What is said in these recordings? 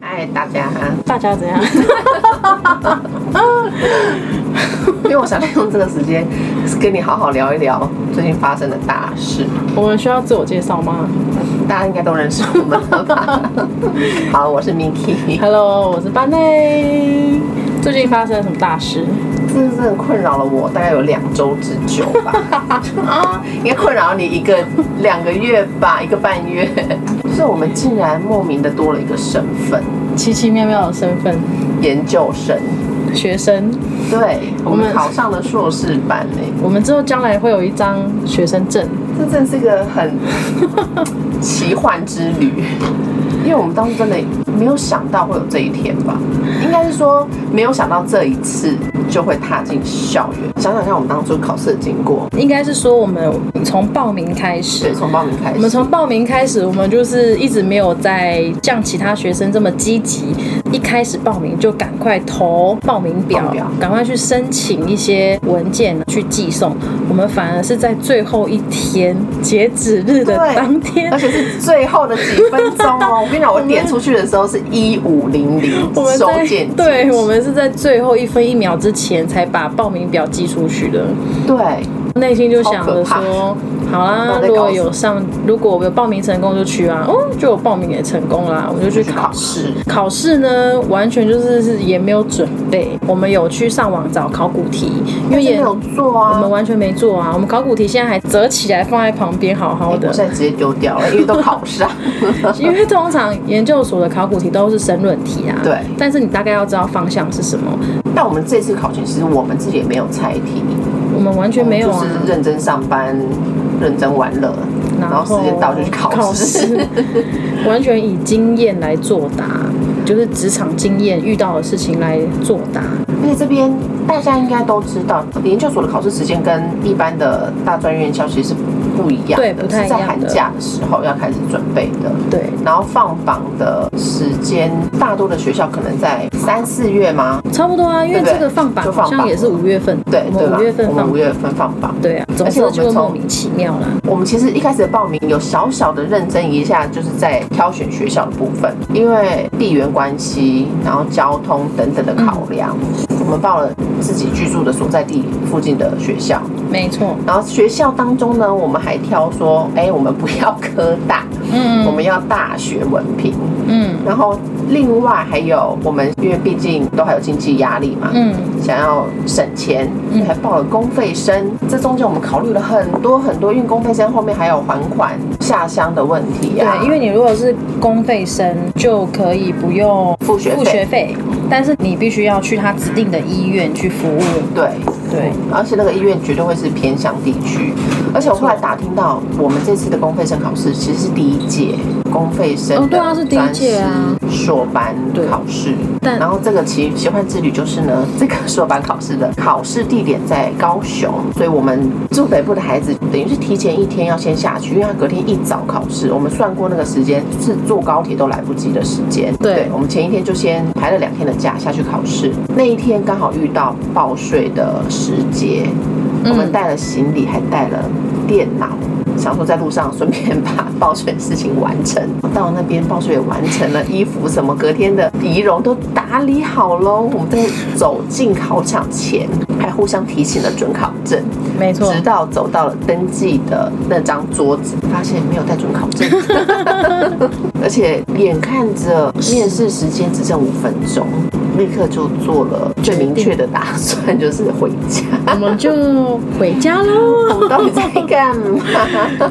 嗨，大家，大家怎样？ 因为我想利用这个时间跟你好好聊一聊最近发生的大事，我们需要自我介绍吗大家应该都认识我们了吧？好，我是 Miki， ？Hello，我是班内。最近发生了什么大事？这真的困扰了我大概有两周之久吧，啊，应该困扰你一个两个月吧，一个半月，就是我们竟然莫名的多了一个身份，奇奇妙妙的身份，研究生，学生。对我我们们考上了硕士班嘞、我们之后将来会有一张学生证。这真是个很奇幻之旅，因为我们当时真的没有想到会有这一天吧，应该是说没有想到这一次就会踏进校园。想想看，我们当初考试的经过，应该是说我们从报名开对，始。从报名开我们始，从报名开始，我们就是一直没有在像其他学生这么积极，一开始报名就赶快投报名报表表，赶快去申请一些文件去寄送。我们反而是在最后一天截止日的对当天而，且是最后的几分钟 哦。我跟你讲，我点出去的时候是一五零零我们收在件，对我们是在最后一分一秒之前才把报名表寄出去的。对，内心就想着超可说，好啦到，底在搞什么如果有上，如果我有报名成功就去啊，哦，就有报名也成功啦，我就去去考考试试。考试呢，完全就是是也没有准备，我们有去上网找考古题，因但为是没也有做我啊们。完全没做啊，我们考古题现在还折起来放在旁边，好好我 的。现在直接丢掉了，因为都考 上。因为通常研究所的考古题都是申论题啊，对但是你大概要知道方向是什么，但我们这次考前，其实我们自己也没有猜题。我们完全没有啊。就是认真上班，认真玩乐，然后时间到就去考 试。， 完全以经验来作答，就是职场经验遇到的事情来作答。而且这边大家应该都知道，研究所的考试时间跟一般的大专院校其实是不一样的，对不太是一样在的寒假的时候要开始准备的。对，然后放榜的时间，大多的学校可能在三四月吗？差不多啊，因对为不对这个放榜就放好榜像也是五月份，对，我对吧们五月份我放们五，月份放榜。对啊，总而且之我们就会从莫名其妙啦。我们其实一开始的报名有小小的认真一下，就是在挑选学校的部分，因为地缘关系，然后交通等等的考量，我们报了自己居住的所在地附近的学校。没错，然后学校当中呢，我们还挑说，哎，我们不要科大，我嗯们要大学文凭。嗯然后另外还有我们，因为毕竟都还有经济压力嘛，嗯，想要省钱，所以还报了公费生。这中间我们考虑了很多很多，因为公费生后面还有还款下乡的问题啊呀、对，因为你如果是公费生，就可以不用付学付费学费，但是你必须要去他指定的医院去服务。对，对，而且那个医院绝对会是偏乡地区。而且我后来打听到，我们这次的公费生考试其实是第一届公费生哦对啊是第一届啊专师硕班考试。但然后这个奇奇幻之旅就是呢， 这个硕班考试的考试地点在高雄，所以我们住北部的孩子等于是提前一天要先下去，因为他隔天一早考试。我们算过那个时间是坐高铁都来不及的时间。对我们前一天就先排了两天的假下去考试，那一天刚好遇到报税的时节，我们带了行李，还带了电脑。想说在路上顺便把报税的事情完成，到那边报税也完成了，衣服什么隔天的仪容都打理好喽。我们在走进考场前还互相提醒了准考证，没错直，到走到了登记的那张桌子，发现没有带准考 证，而且眼看着面试时间只剩五分钟，立刻就做了最明确的打算，就是回家。我们就回家喽。 我们到底在干嘛？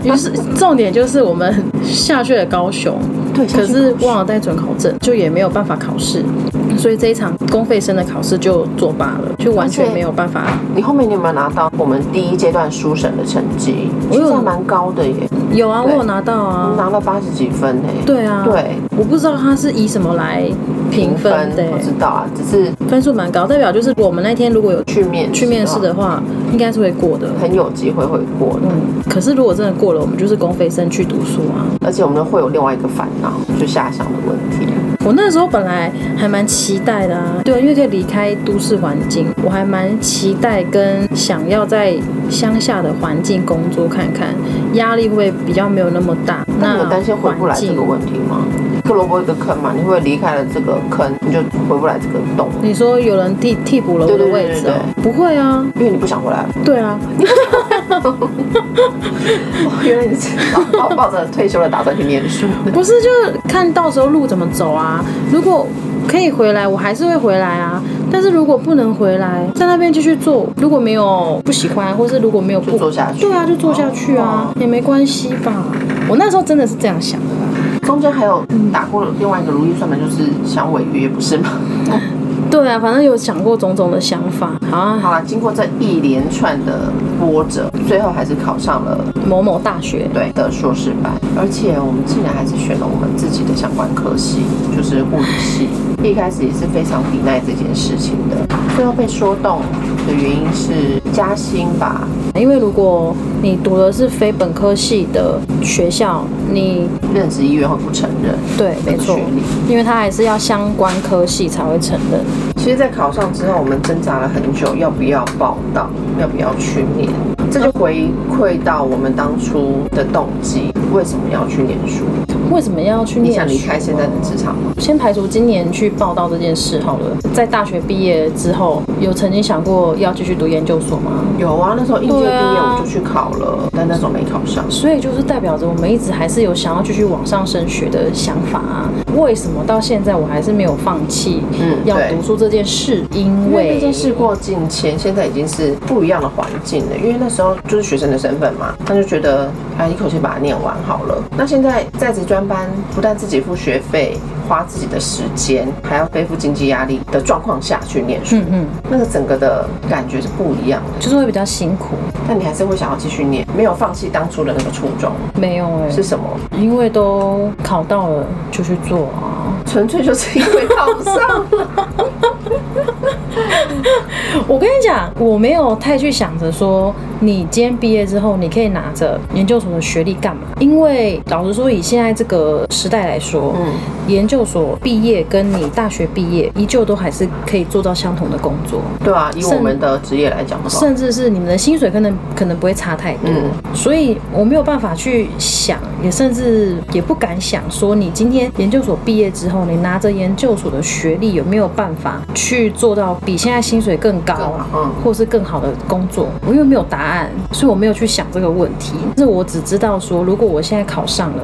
于是重点就是我们下去了高雄，对下可去是考试忘了带准考证，就也没有办法考试，所以这一场公费生的考试就作罢了，就完全没有办法。 你后面你有没有拿到我们第一阶段书审的成绩？我其有实还蛮高的耶，有啊，我对有拿到我们啊，拿了八十几分诶。对啊，对，我不知道他是以什么来评分的、我知道啊，只是分数蛮高，代表就是我们那天如果有去面去面试话的话，应该是会过的。很有机会会过的，嗯，可是如果真的过了，我们就是公费生去读书啊。而且我们会有另外一个烦恼，就下乡的问题。我那时候本来还蛮期待的啊，对啊，因为可以离开都市环境，我还蛮期待跟想要在乡下的环境工作看看，压力会比较没有那么大。那你有担心回不来这个问题吗？一个萝卜一个坑嘛，你会离开了这个坑，你就回不来这个洞，你说有人替替补了我的位置、哦？对对对不会啊，因为你不想回来。对啊，哦原来你是抱抱着退休的打算去念书。不是就是看到时候路怎么走啊。如果可以回来，我还是会回来啊。但是如果不能回来，在那边继续做，如果没有不喜欢，或是如果没有不就做下去对啊，就做下去啊，也没关系吧。我那时候真的是这样想的啦。中间还有打过另外一个如意算盘，就是想违约，不是吗？对啊，反正有想过种种的想法啊。好了，经过这一连串的波折，最后还是考上了某某大学，对的硕士班，而且我们竟然还是选了我们自己的相关科系，就是护理系。一开始也是非常抵赖这件事情的，最后被说动的原因是加薪吧，因为如果你读的是非本科系的学校，你任职医院会不承认。对，那没个错学历，因为它还是要相关科系才会承认。其实，在考上之后，我们挣扎了很久，要不要报到，要不要去念，这就回馈到我们当初的动机，为什么要去念书？为什么要去念你书啊？想离开现在的职场吗？先排除今年去报道这件事好了。在大学毕业之后，有曾经想过要继续读研究所吗？有啊，那时候应届毕业对啊我就去考了，但那时候没考上。所以就是代表着我们一直还是有想要继续往上升学的想法啊。为什么到现在我还是没有放弃嗯要对读书这件事？因因为为毕竟事过境迁，现在已经是不一样的环境了。因为那时候就是学生的身份嘛，那就觉得啊，一口气把它念完好了。那现在在职专班，不但自己付学费，花自己的时间，还要背负经济压力的状况下去念书，嗯嗯，那个整个的感觉是不一样的。就是会比较辛苦。但你还是会想要继续念，没有放弃当初的那个初衷没有哎、是什么？因为都考到了就去做啊。纯粹就是因为考不上。我跟你讲，我没有太去想着说，你今天毕业之后，你可以拿着研究所的学历干嘛？因为老实说，以现在这个时代来说，嗯研究所毕业跟你大学毕业，依旧都还是可以做到相同的工作，对啊，以我们的职业来讲的话，嗯甚至是你们的薪水可能可能不会差太多。嗯所以我没有办法去想，也甚至也不敢想说，你今天研究所毕业之后，你拿着研究所的学历，有没有办法去做到比现在薪水更高，更好嗯或是更好的工作？我因为没有答案，所以我没有去想这个问题。但是我只知道说，如果我现在考上了。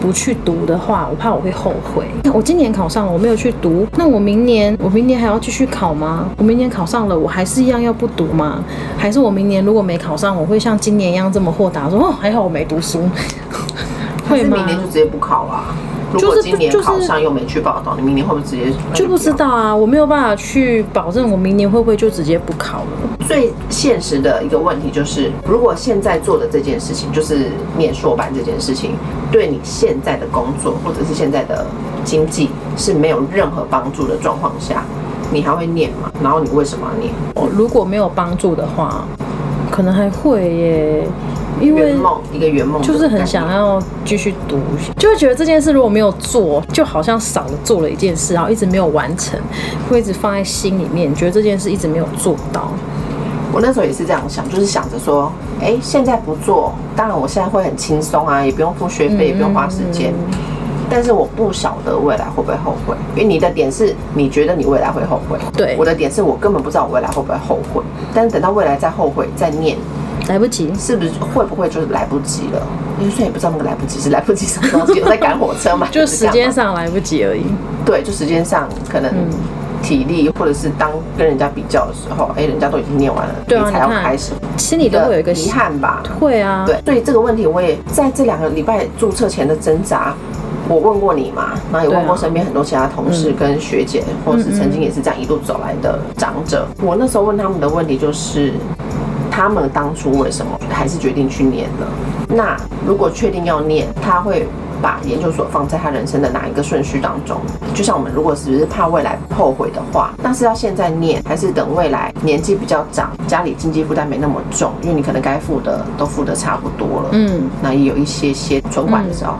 不去读的话，我怕我会后悔。我今年考上了，我没有去读，那我明年我明年还要继续考吗？我明年考上了，我还是一样要不读吗？还是我明年如果没考上，我会像今年一样这么豁达，说哦还好我没读书，可会是吗明？年就直接不考啊？如是果今年就是考上又没去报道，你明年会不会直接就不知？道啊，我没有办法去保证我明年会不会就直接不考了。最现实的一个问题就是，如果现在做的这件事情，就是念硕班这件事情，对你现在的工作或者是现在的经济是没有任何帮助的状况下，你还会念吗？然后你为什么要念？哦，如果没有帮助的话，可能还会耶，因为圆梦一个圆梦的概就念，是很想要继续读，就会觉得这件事如果没有做，就好像少了做了一件事，然后一直没有完成，会一直放在心里面，觉得这件事一直没有做到。我那时候也是这样想，就是想着说，哎、现在不做，当然我现在会很轻松嗯啊，也不用付学费，也不用花时间。但是我不晓得未来会不会后悔，因为你的点是你觉得你未来会后悔，对我的点是我根本不知道我未来会不会后悔，但是等到未来再后悔再念，来不及，是不是会不会就是来不及了？因为虽然也不知道那个来不及是来不及什么东西，我在赶火车嘛， 就是时这样间嘛上嗯来不及而已。对，就时间上可能体力，或者是当跟人家比较的时候，哎、人家都已经念完了，对啊你才要你看开始，心里都会有一个遗憾吧？会啊，对，所以这个问题我也在这两个礼拜注册前的挣扎，我问过你嘛，然后也问过对啊身边很多其他同事跟学姐，或者是曾经也是这样一路走来的长者。我那时候问他们的问题就是，他们当初为什么还是决定去念呢？那如果确定要念，他会。把研究所放在他人生的哪一个顺序当中？就像我们如果只是怕未来后悔的话，那是要现在念，还是等未来年纪比较长，家里经济负担没那么重，因为你可能该付的都付的差不多了，嗯，那也有一些些存款的时候，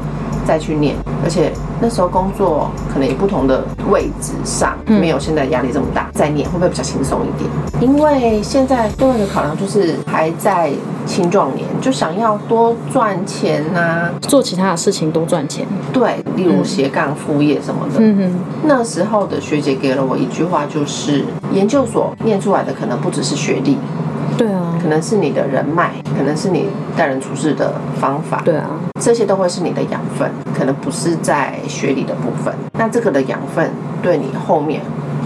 再去念，而且那时候工作可能也不同的位置上，没有现在压力这么大，再念会不会比较轻松一点？因为现在另外一个考量就是还在青壮年，就想要多赚钱呐、做其他的事情多赚钱。对，例如斜杠副业什么的。嗯哼，那时候的学姐给了我一句话，就是研究所念出来的可能不只是学历，对啊可，能是你的人脉，可能是你待人处事的方法，对啊，这些都会是你的养分，可能不是在学历的部分。那这个的养分对你后面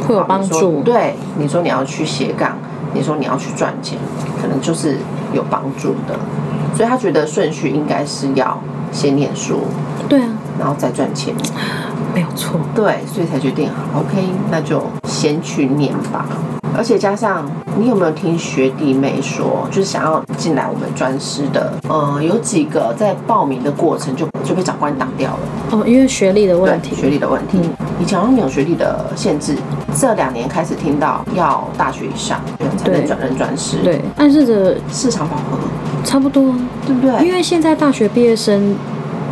会有好帮你说助。对，你说你要去斜杠，你说你要去赚钱，可能就是有帮助的。所以他觉得顺序应该是要先念书，对啊，然后再赚钱。没有错。对，所以才决定好，OK，那就先去念吧。而且加上，你有没有听学弟妹说，就是想要进来我们专师的，呃，有几个在报名的过程就就被长官挡掉了，哦，因为学历的问学题，嗯历的问题。以前好像没有学历的限制，这两年开始听到要大学以上才能对转任专师，，对，暗示着市场饱和，差不多啊，对不对？因为现在大学毕业生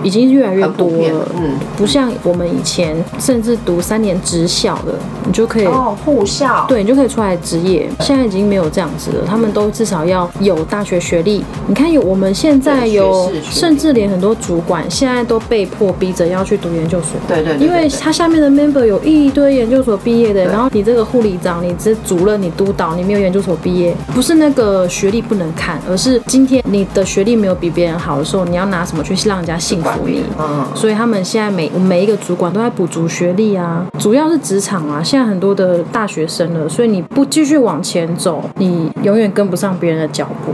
已经越来越很多普遍了，，嗯，不像我们以前甚至读三年职校的，你就可以。哦，护校，对你就可以出来职业，现在已经没有这样子了，他们都至少要有大学学历。你看有我们现在对有学士学，历甚至连很多主管现在都被迫逼着要去读研究所。对对对，因为对他下面的 member 有一堆研究所毕业的，对然后你这个护理长、你这主任、你督导，你没有研究所毕业，不是那个学历不能看，而是今天你的学历没有比别人好的时候，你要拿什么去让人家信服你？嗯，所以他们现在每每一个主管都在补足学历啊，主要是职场啊，现在很多的大学生了，所以你不继续往前走，你永远跟不上别人的脚步。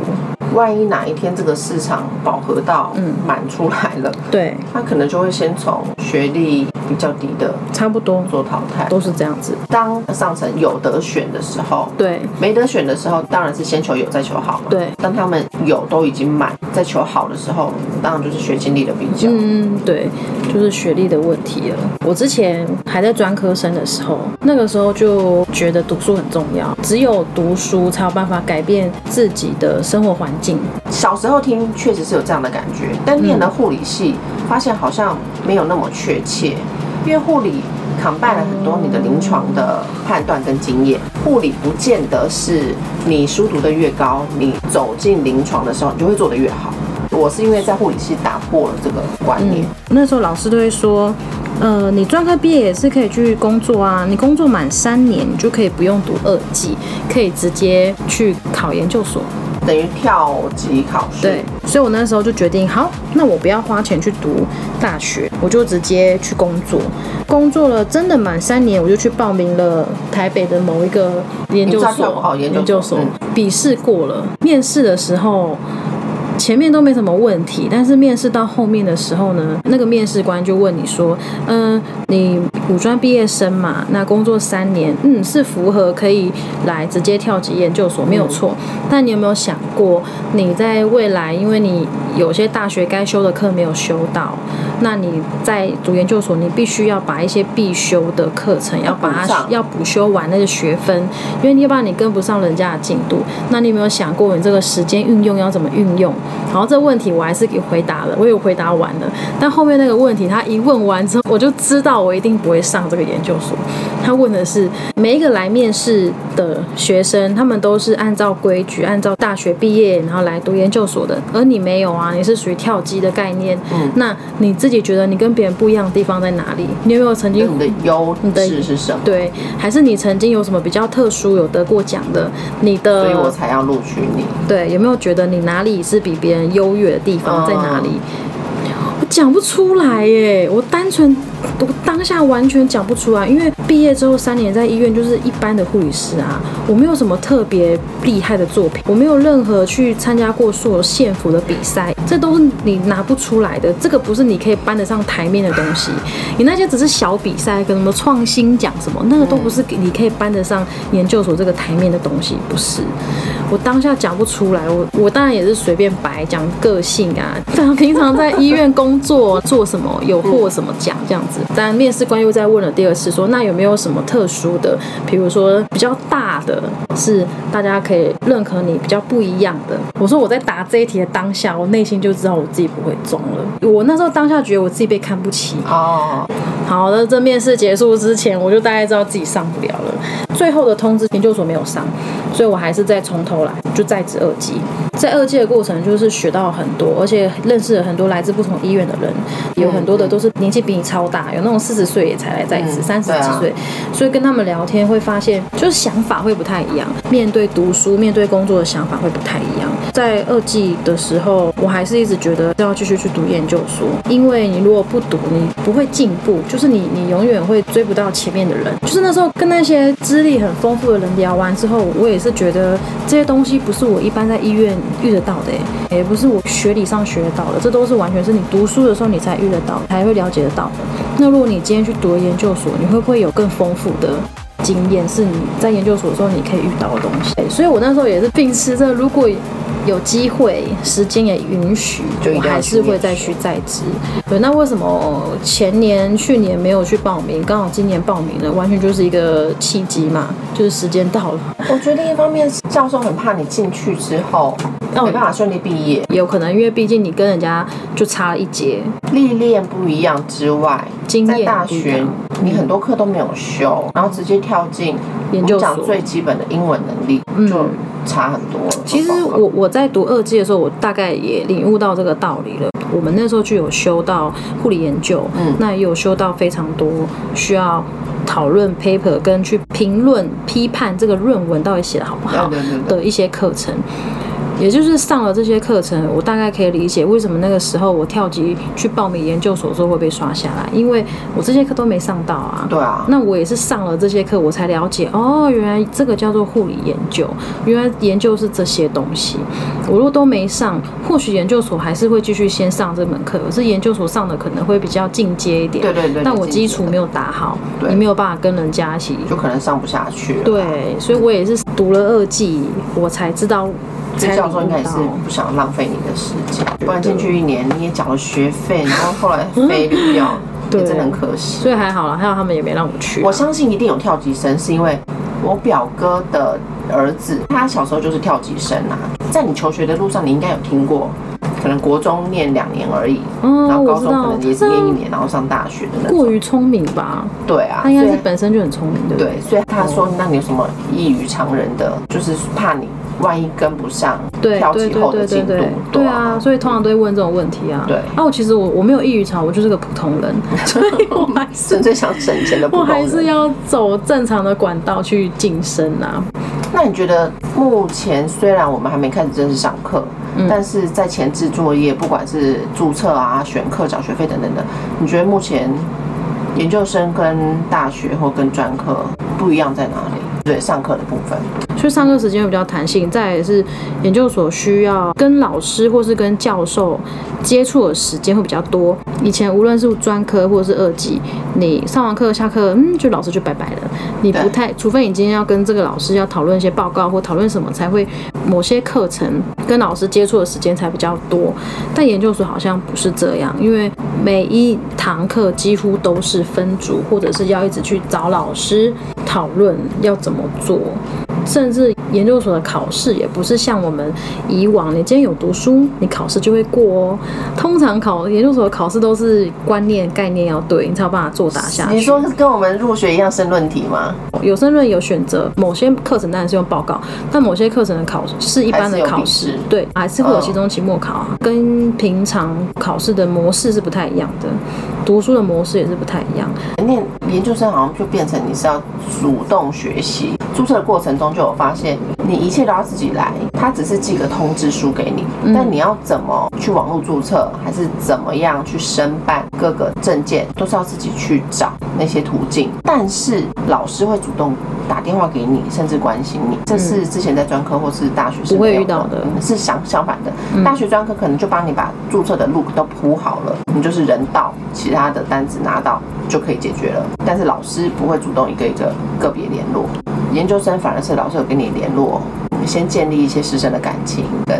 万一哪一天这个市场饱和到嗯满出来了， 对，他可能就会先从学历比较低的差不多做淘汰。都是这样子。当上层有得选的时候，对没得选的时候，当然是先求有再求好嘛。对，当他们有都已经满，再求好的时候，当然就是学经历的比较。嗯，对，就是学历的问题了。我之前还在专科生的时候，那个时候就觉得读书很重要，只有读书才有办法改变自己的生活环境。小时候听确实是有这样的感觉，但念了护理系，发现好像没有那么确切，因为护理。扛拜了很多你的临床的判断跟经验，护理不见得是你书读的越高，你走进临床的时候你就会做得越好。我是因为在护理系打破了这个观念，那时候老师都会说，呃，你专科毕业也是可以去工作啊，你工作满三年，你就可以不用读二技，可以直接去考研究所。等于跳级考试。对，，所以我那时候就决定，好，那我不要花钱去读大学，我就直接去工作。工作了真的满三年，我就去报名了台北的某一个研究你知所道，哦研究所笔试过了，面试的时候。前面都没什么问题，但是面试到后面的时候呢，那个面试官就问你说：“嗯、你五专毕业生嘛，那工作三年，嗯，是符合可以来直接跳级研究所，没有嗯错。但你有没有想过，你在未来，因为你有些大学该修的课没有修到，那你在读研究所，你必须要把一些必修的课程要把补它上要补修完那个学分，因为你要不然你跟不上人家的进度。那你有没有想过你这个时间运用要怎么运用？然后这个问题我还是给回答了，我有回答完了。但后面那个问题他一问完之后，我就知道我一定不会上这个研究所。他问的是每一个来面试的学生，他们都是按照规矩，按照大学毕业然后来读研究所的，而你没有啊，你是属于跳级的概念。嗯，那你自己觉得你跟别人不一样的地方在哪里？你有没有曾经那你的优势是什么？嗯对，还是你曾经有什么比较特殊，有得过奖的？你的所以我才要录取你。对有没有觉得你哪里是比别人优越的地方在哪里？我讲不出来耶，我单纯我当下完全讲不出来，因为毕业之后三年在医院就是一般的护理师啊，我没有什么特别厉害的作品，我没有任何去参加过所有县府的比赛，这都是你拿不出来的，这个不是你可以搬得上台面的东西，你那些只是小比赛跟什么创新奖什么，那个都不是你可以搬得上研究所这个台面的东西，不是。我当下讲不出来，我我当然也是随便白讲个性啊，但平常在医院工作做什么有获什么奖这样子。但面试官又再问了第二次说，那有没有什么特殊的，比如说比较大大的是大家可以认可你比较不一样的。我说我在答这一题的当下，我内心就知道我自己不会中了。我那时候当下觉得我自己被看不起。哦，好的，这面试结束之前，我就大概知道自己上不了了。最后的通知，研究所没有上，所以我还是再从头来，就在职二级。在二级的过程，就是学到很多，而且认识了很多来自不同医院的人，有很多的都是年纪比你超大，有那种四十岁也才来在职，嗯三十对啊几岁，所以跟他们聊天会发现，就是想法会不太一样，面对读书、面对工作的想法会不太一样。在二季的时候，我还是一直觉得要继续去读研究所，因为你如果不读，你不会进步，就是你你永远会追不到前面的人。就是那时候跟那些资历很丰富的人聊完之后，我也是觉得这些东西不是我一般在医院遇得到的、欸，也不是我学理上学得到的，这都是完全是你读书的时候你才遇得到，才会了解得到的。那如果你今天去读了研究所，你会不会有更丰富的经验？是你在研究所的时候你可以遇到的东西。所以我那时候也是秉持着，如果有机会，时间也允许，就一我定要还是会再去在职。对，那为什么前年、去年没有去报名，刚好今年报名了，完全就是一个契机嘛，就是时间到了。我觉得另一方面，教授很怕你进去之后哦没办法顺利毕业，有可能，因为毕竟你跟人家就差一截，历练不一样之外，经验在大不一学样你很多课都没有修，然后直接跳进研究我们讲所最基本的英文能力嗯就差很多了。其实我我在读二季的时候，我大概也领悟到这个道理了。我们那时候就有修到护理研究，嗯那也有修到非常多需要讨论 paper 跟去评论、批判这个论文到底写的好不好对对对对的一些课程。也就是上了这些课程，我大概可以理解为什么那个时候我跳级去报名研究所之后会被刷下来，因为我这些课都没上到啊。对啊，那我也是上了这些课，我才了解哦，原来这个叫做护理研究，原来研究是这些东西。我如果都没上，或许研究所还是会继续先上这门课，可是研究所上的可能会比较进阶一点。对对对但我进阶基础没有打好，对你没有办法跟人家一起。就可能上不下去了。，对，所以我也是读了二季，我才知道，才领教授应该悟也到是。不想浪费你的时间，不然进去一年你也缴了学费，然后后来飞绿掉，嗯对也真的很可惜。所以还好了，还好他们也没让我去啊。我相信一定有跳级生，是因为我表哥的儿子，他小时候就是跳级生啊。在你求学的路上，你应该有听过，可能国中念两年而已，嗯然后我高知中道可能也是念一年，然后上大学的那种。过于聪明吧，对啊，他应该所是哎以本身就很聪明，对不对？对，所以他说，那你有什么异于常人的，就是怕你万一跟不上对跳对级对后对的对进度对，，对啊，，所以通常都会问这种问题啊。对啊，我其实我我没有异于常，我就是个普通 人，所以我还是纯粹想省钱的哦普我还通是人。要走正常的管道去晋升啊。那你觉得目前虽然我们还没开始正式上课，但是在前置作业，不管是注册啊、选课、缴学费等等的，你觉得目前研究生跟大学或跟专科不一样在哪里？对，上课的部分，所以上课时间会比较弹性，再来是研究所需要跟老师或是跟教授接触的时间会比较多。以前无论是专科或是二级，你上完课下课，嗯，就老师就拜拜了，你不对太，除非你今天要跟这个老师要讨论一些报告或讨论什么，才会某些课程跟老师接触的时间才比较多。但研究所好像不是这样，因为每一堂课几乎都是分组，或者是要一直去找老师讨论要怎么做。甚至研究所的考试也不是像我们以往，你今天有读书，你考试就会过哦。通常考研究所的考试都是观念概念要对，你才有办法作答下去。你说跟我们入学一样申论题吗？有申论有选择，某些课程当然是用报告，但某些课程的考是一般的考还是试有笔试，对，还是会有期中、期末考啊，跟平常考试的模式是不太一样的，读书的模式也是不太一样。念研究生好像就变成你是要主动学习。注册的过程中就有发现，你一切都要自己来，他只是寄个通知书给你，嗯但你要怎么去网络注册，还是怎么样去申办各个证件，都是要自己去找那些途径。但是老师会主动打电话给你，甚至关心你，这是之前在专科或是大学是嗯不会没有遇到的嗯是相相反的。大学专科可能就帮你把注册的路都铺好了，你就是人到，其他的单子拿到就可以解决了。但是老师不会主动一个一个个别联络，研究生反而是老师有跟你联络，你先建立一些师生的感情跟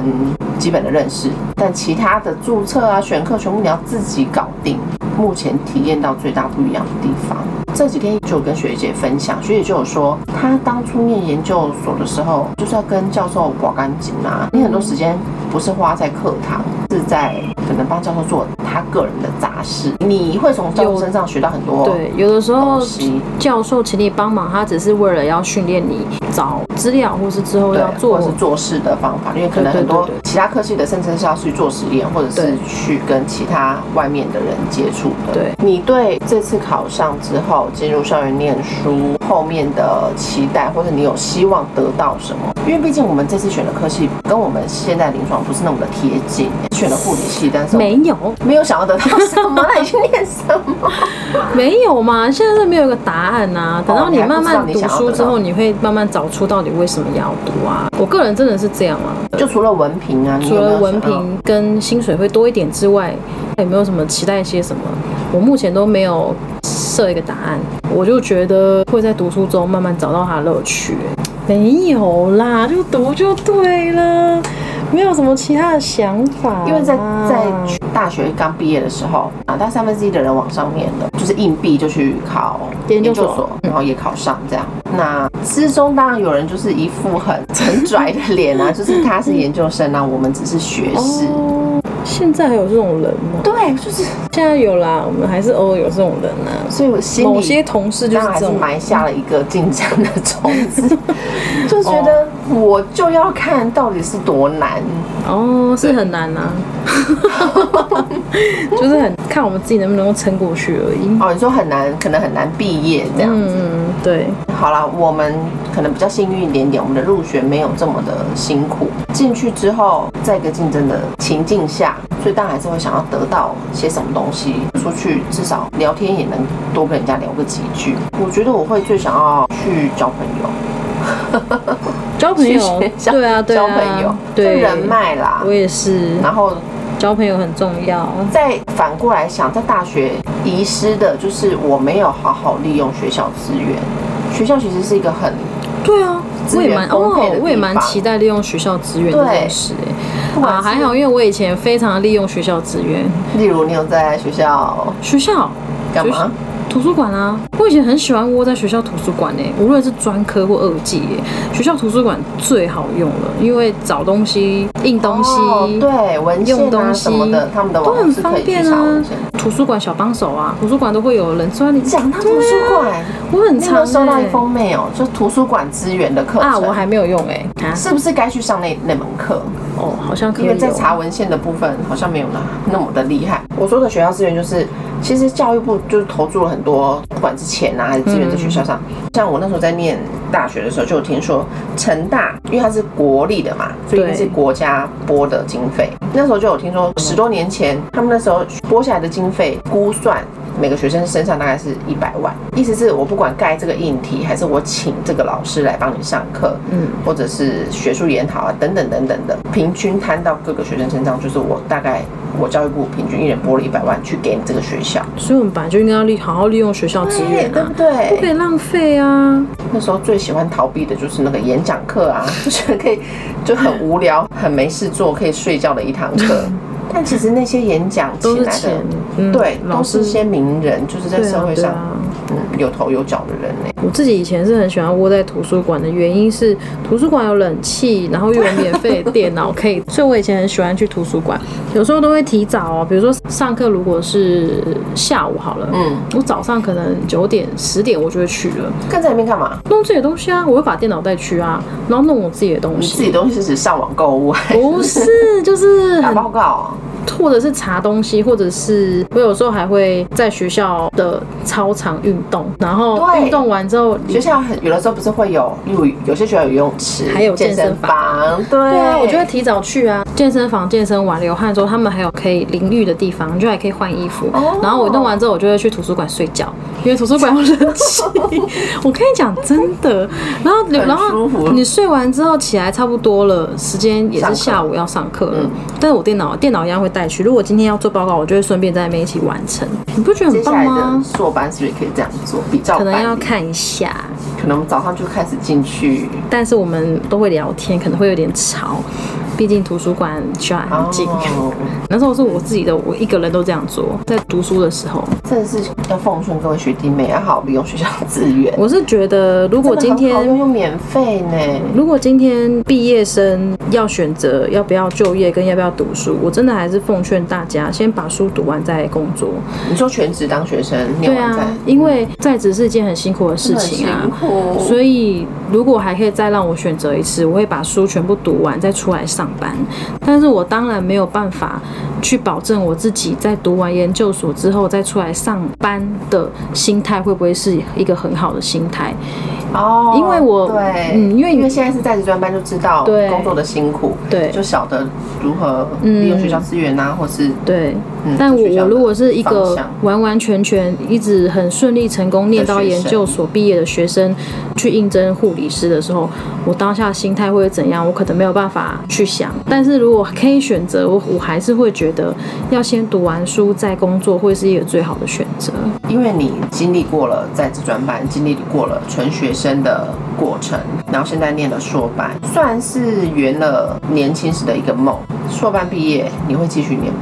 基本的认识，但其他的注册啊、选课全部你要自己搞定。目前体验到最大不一样的地方，这几天就跟学姐分享，学姐就有说，她当初念研究所的时候，就是要跟教授搞干净啊，你很多时间不是花在课堂，是在可能帮教授做他个人的杂事，你会从教授身上学到很多。对，哦有的时候东西教授请你帮忙，他只是为了要训练你找资料，或是之后对要，做或者是做事的方法，因为可能对对很多对对其他科系的，甚至是要去做实验，或者是对去跟其他外面的人接触的。对，你对这次考上之后进入校园念书后面的期待，或者你有希望得到什么？因为毕竟我们这次选的科系跟我们现在临床不是那么的贴近，选了护理系，但是我没有，没有想要得到什么，那你去念什么？没有嘛？现在是没有一个答案呐、等到你慢慢读书之后，哦你会慢慢找出到底为什么要读啊。我个人真的是这样啊， 就除了文凭啊，你除有没有了文想要凭跟薪水会多一点之外，有没有什么期待些什么？我目前都没有设一个答案，我就觉得会在读书中慢慢找到它的乐趣、没有啦，就读就对了，没有什么其他的想法啦。因为在在哦大学刚毕业的时候，啊，大概三分之一的人往上面的，就是硬币就去考研究所然后也考上这样。那之中当然有人就是一副很很拽的脸 啊，就是他是研究生啊，我们只是学士。哦，现在还有这种人吗？对，就是，现在有啦，我们还是偶尔有这种人啊。所以我心里某些同事就当是然还这是种，埋下了一个竞争的种子， 就觉得我就要看到底是多难。哦，是很难 啊，就是很看我们自己能不能够撑过去而已。哦，你说很难，可能很难毕业这样。嗯，对，好啦，我们可能比较幸运一点点，我们的入学没有这么的辛苦。进去之后，在一个竞争的情境下，所以当然还是会想要得到些什么东西。出去至少聊天也能多跟人家聊个几句。我觉得我会最想要去交朋友，交朋去友学，校哎对啊，对啊，交朋友，对就人，脉啦我。也是，然后交朋友很重要。再反过来想，在大学遗失的就是我没有好好利用学校资源。学校其实是一个很对啊，我资也源蛮丰沛的哦地，方我也蛮期待利用学校资源这件事不哎。管啊，还是好，因为我以前非常利用学校资源，例如你有在学校学校干学嘛？图书馆啊，我以前很喜欢窝在学校图书馆呢、欸无论是专科或二技、欸，学校图书馆最好用了，因为找东西、印东西，哦、对文献、啊、用东西什么的，他们的都网很是方可以去便查啊文献。。图书馆小帮手啊，图书馆都会有人说你讲到图书对啊馆，我很你有没常、有收到一欸封 mail，就图书馆资源的课程啊，我还没有用哎、欸、啊是不是该去上那那门课？哦，好像可以因有为在查文献的部分好像没有那那么的厉害。我说的学校资源就是，其实教育部就是投注了很多，不管是钱啊还是资源在学校上。像我那时候在念大学的时候，就有听说成大，因为它是国立的嘛，所以一定对是国家拨的经费。那时候就有听说，十多年前他们那时候拨下来的经费估算。每个学生身上大概是一百万，意思是我不管盖这个硬题，还是我请这个老师来帮你上课，嗯或者是学术研讨啊，等等等等的，平均摊到各个学生身上，就是我大概我教育部平均一人拨了一百万去给你这个学校，所以我们本来就应该要利好好利用学校资源对啊不。不可对？以浪费啊！那时候最喜欢逃避的就是那个演讲课啊， 就觉得可以就很无聊、很没事做、可以睡觉的一堂课。但其实那些演讲嗯都起是来的钱，，嗯对，老都是师一些名人，就是在对社啊会对上、啊，嗯有头有脚的人呢、我自己以前是很喜欢窝在图书馆的原因是图书馆有冷气，然后又有免费的电脑可以，所以我以前很喜欢去图书馆，有时候都会提早哦，比如说上课如果是下午好了，嗯，我早上可能九点十点我就会去了，看在里面干嘛？弄自己的东西啊，我会把电脑带去啊，然后弄我自己的东你自己西。东西是指上网购物，不是，就是打 很报告啊、或者是查东西，或者是我有时候还会在学校的操场运动，然后对运动完之后离学校很有的时候不是会有，有有些学校有游泳池，还有健健身房，对对啊，我就会提早去啊，健身房健身完流汗之后，他们还有可以淋浴的地方，就还可以换衣服。哦然后我弄完之后，我就会去图书馆睡觉，因为图书馆有 冷气。我跟你讲，真的。然后很然后舒服你睡完之后起来差不多了，时间也上是课下午要上课了嗯。但是我电脑电脑一样会带去，如果今天要做报告，我就会顺便在那边一起完成。你不觉得接很下棒来吗的？硕班是不是也可以这样做？比较可能班要里，看一下，可能我们早上就开始进去，但是我们都会聊天，可能会有点吵。毕竟图书馆需要安静。哦，那时候是我自己的，我一个人都这样做，在读书的时候，真的是要奉劝各位学弟妹，要好好利用学校资源。我是觉得如果今真的很好用天。又免费呢，如果今天毕业生要选择要不要就业跟要不要读书，我真的还是奉劝大家先把书读完再工作。你说全职当学生，念对完再啊，因为在职是一件很辛苦的事情啊。很辛苦，所以，如果还可以再让我选择一次，我会把书全部读完再出来上班。但是我当然没有办法去保证我自己在读完研究所之后再出来上班的心态会不会是一个很好的心态。哦，因为我对，嗯因为因为现在是在职专班，就知道对工作的辛苦，对就晓得如何嗯利用学校资源啊，或是对，嗯但我学校我的如果是一方个向完完全全一直很顺利成功念到研究所毕业的学生，去应征护理师的时候，我当下心态会怎样？我可能没有办法去想。但是如果可以选择，我我还是会觉得要先读完书再工作会是一个最好的选择。因为你经历过了在职专班，经历过了纯学生的过程，然后现在念了硕班，算是圆了年轻时的一个梦。硕班毕业，你会继续念吗？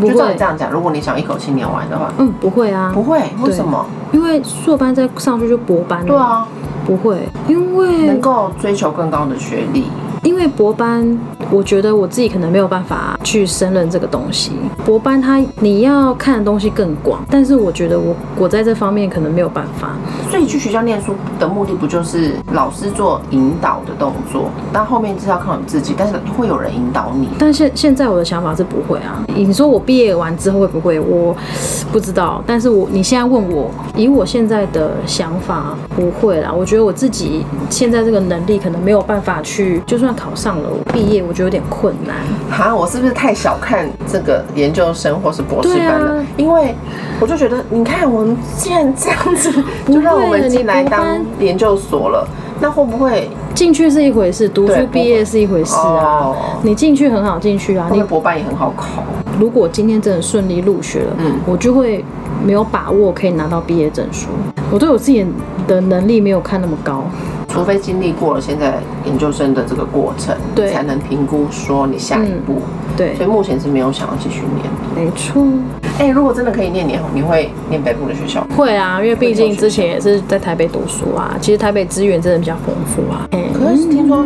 不就照你会这，样讲，哦如果你想一口气念完的话，嗯，不会啊不，会，为什么？因为硕班再上去就博班了，对，啊，不会，因为能够追求更高的学历，因为博班，我觉得我自己可能没有办法去胜任这个东西。博班它你要看的东西更广，但是我觉得我我在这方面可能没有办法。所以去学校念书的目的不就是老师做引导的动作，但后面就是要靠你自己，但是会有人引导你。但现现在我的想法是不会啊。你说我毕业完之后会不会？我不知道。但是我你现在问我，以我现在的想法，不会啦。我觉得我自己现在这个能力可能没有办法去，就算考上了我毕业，我觉得有点困难。哈，我是不是太小看这个研究生或是博士班了？对啊因为我就觉得，你看我们既然这样 子，不会就让我们进来你博当班研究所了，那会不会进去是一回事，读书对不会毕业是一回事啊。哦你进去很好进去啊，会不你会博班也很好考？如果今天真的顺利入学了，嗯我就会没有把握可以拿到毕业证书。我对我自己的能力没有看那么高，除非经历过了现在研究生的这个过程，对嗯才能评估说你下一步。对所，以目前是没有想要继续念。没错，哎、如果真的可以念你，你会念北部的学校吗？会啊，因为毕竟之前也是在台北读书啊，其实台北资源真的比较丰富啊。哎可是听说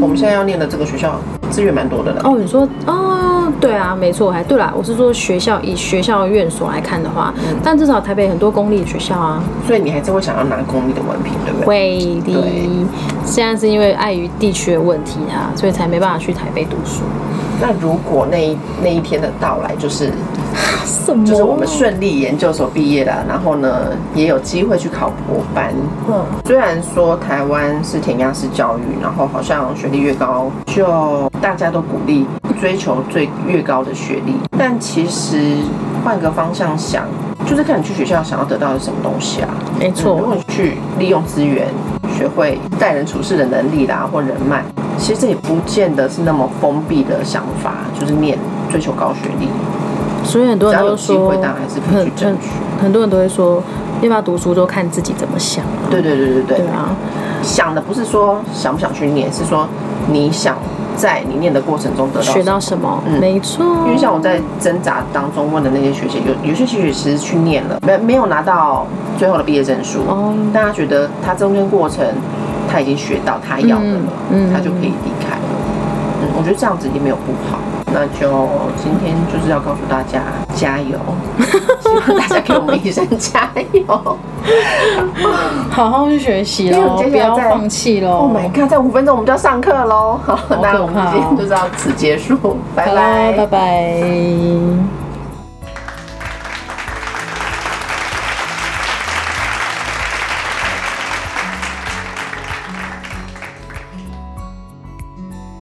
我们现在要念的这个学校资源蛮多的呢。哦，你说哦，对啊，没错，还对啦，我是说学校以学校院所来看的话，但至少台北很多公立学校啊，所以你还是会想要拿公立的文凭，对不对？会的对。现在是因为碍于地区的问题啊，所以才没办法去台北读书。那如果那一那一天的到来，就是什么啊就是我们顺利研究所毕业了，然后呢也有机会去考博班。嗯虽然说台湾是填鸭式教育，然后好像学历越高，就大家都鼓励追求最越高的学历，但其实换个方向想，就是看你去学校想要得到的是什么东西啊。没嗯如错，果你去利用资源，学会待人处事的能力啦，或人脉，其实这也不见得是那么封闭的想法，就是念追求高学历，所以很多只人要有都机说，会，当然还是可以去很争取。很多人都会说，要不要读书都看自己怎么想啊。对对对对对，对啊，想的不是说想不想去念，是说你想在你念的过程中得到什么学到什么？嗯没错。因为像我在挣扎当中问的那些学姐，有有些学姐其实去念了，没没有拿到最后的毕业证书，哦但她觉得她中间过程她已经学到她要的了，嗯嗯她就可以离开了。嗯，我觉得这样子也没有不好。那就今天就是要告诉大家加 油，希望大家给我们一声加油。好好去学习因为我喽，接不下来要在放弃喽。 Oh my god！在五分钟我们就要上课喽，好，可怕哦那我们今天就到此结束，拜好拜啦，拜。拜。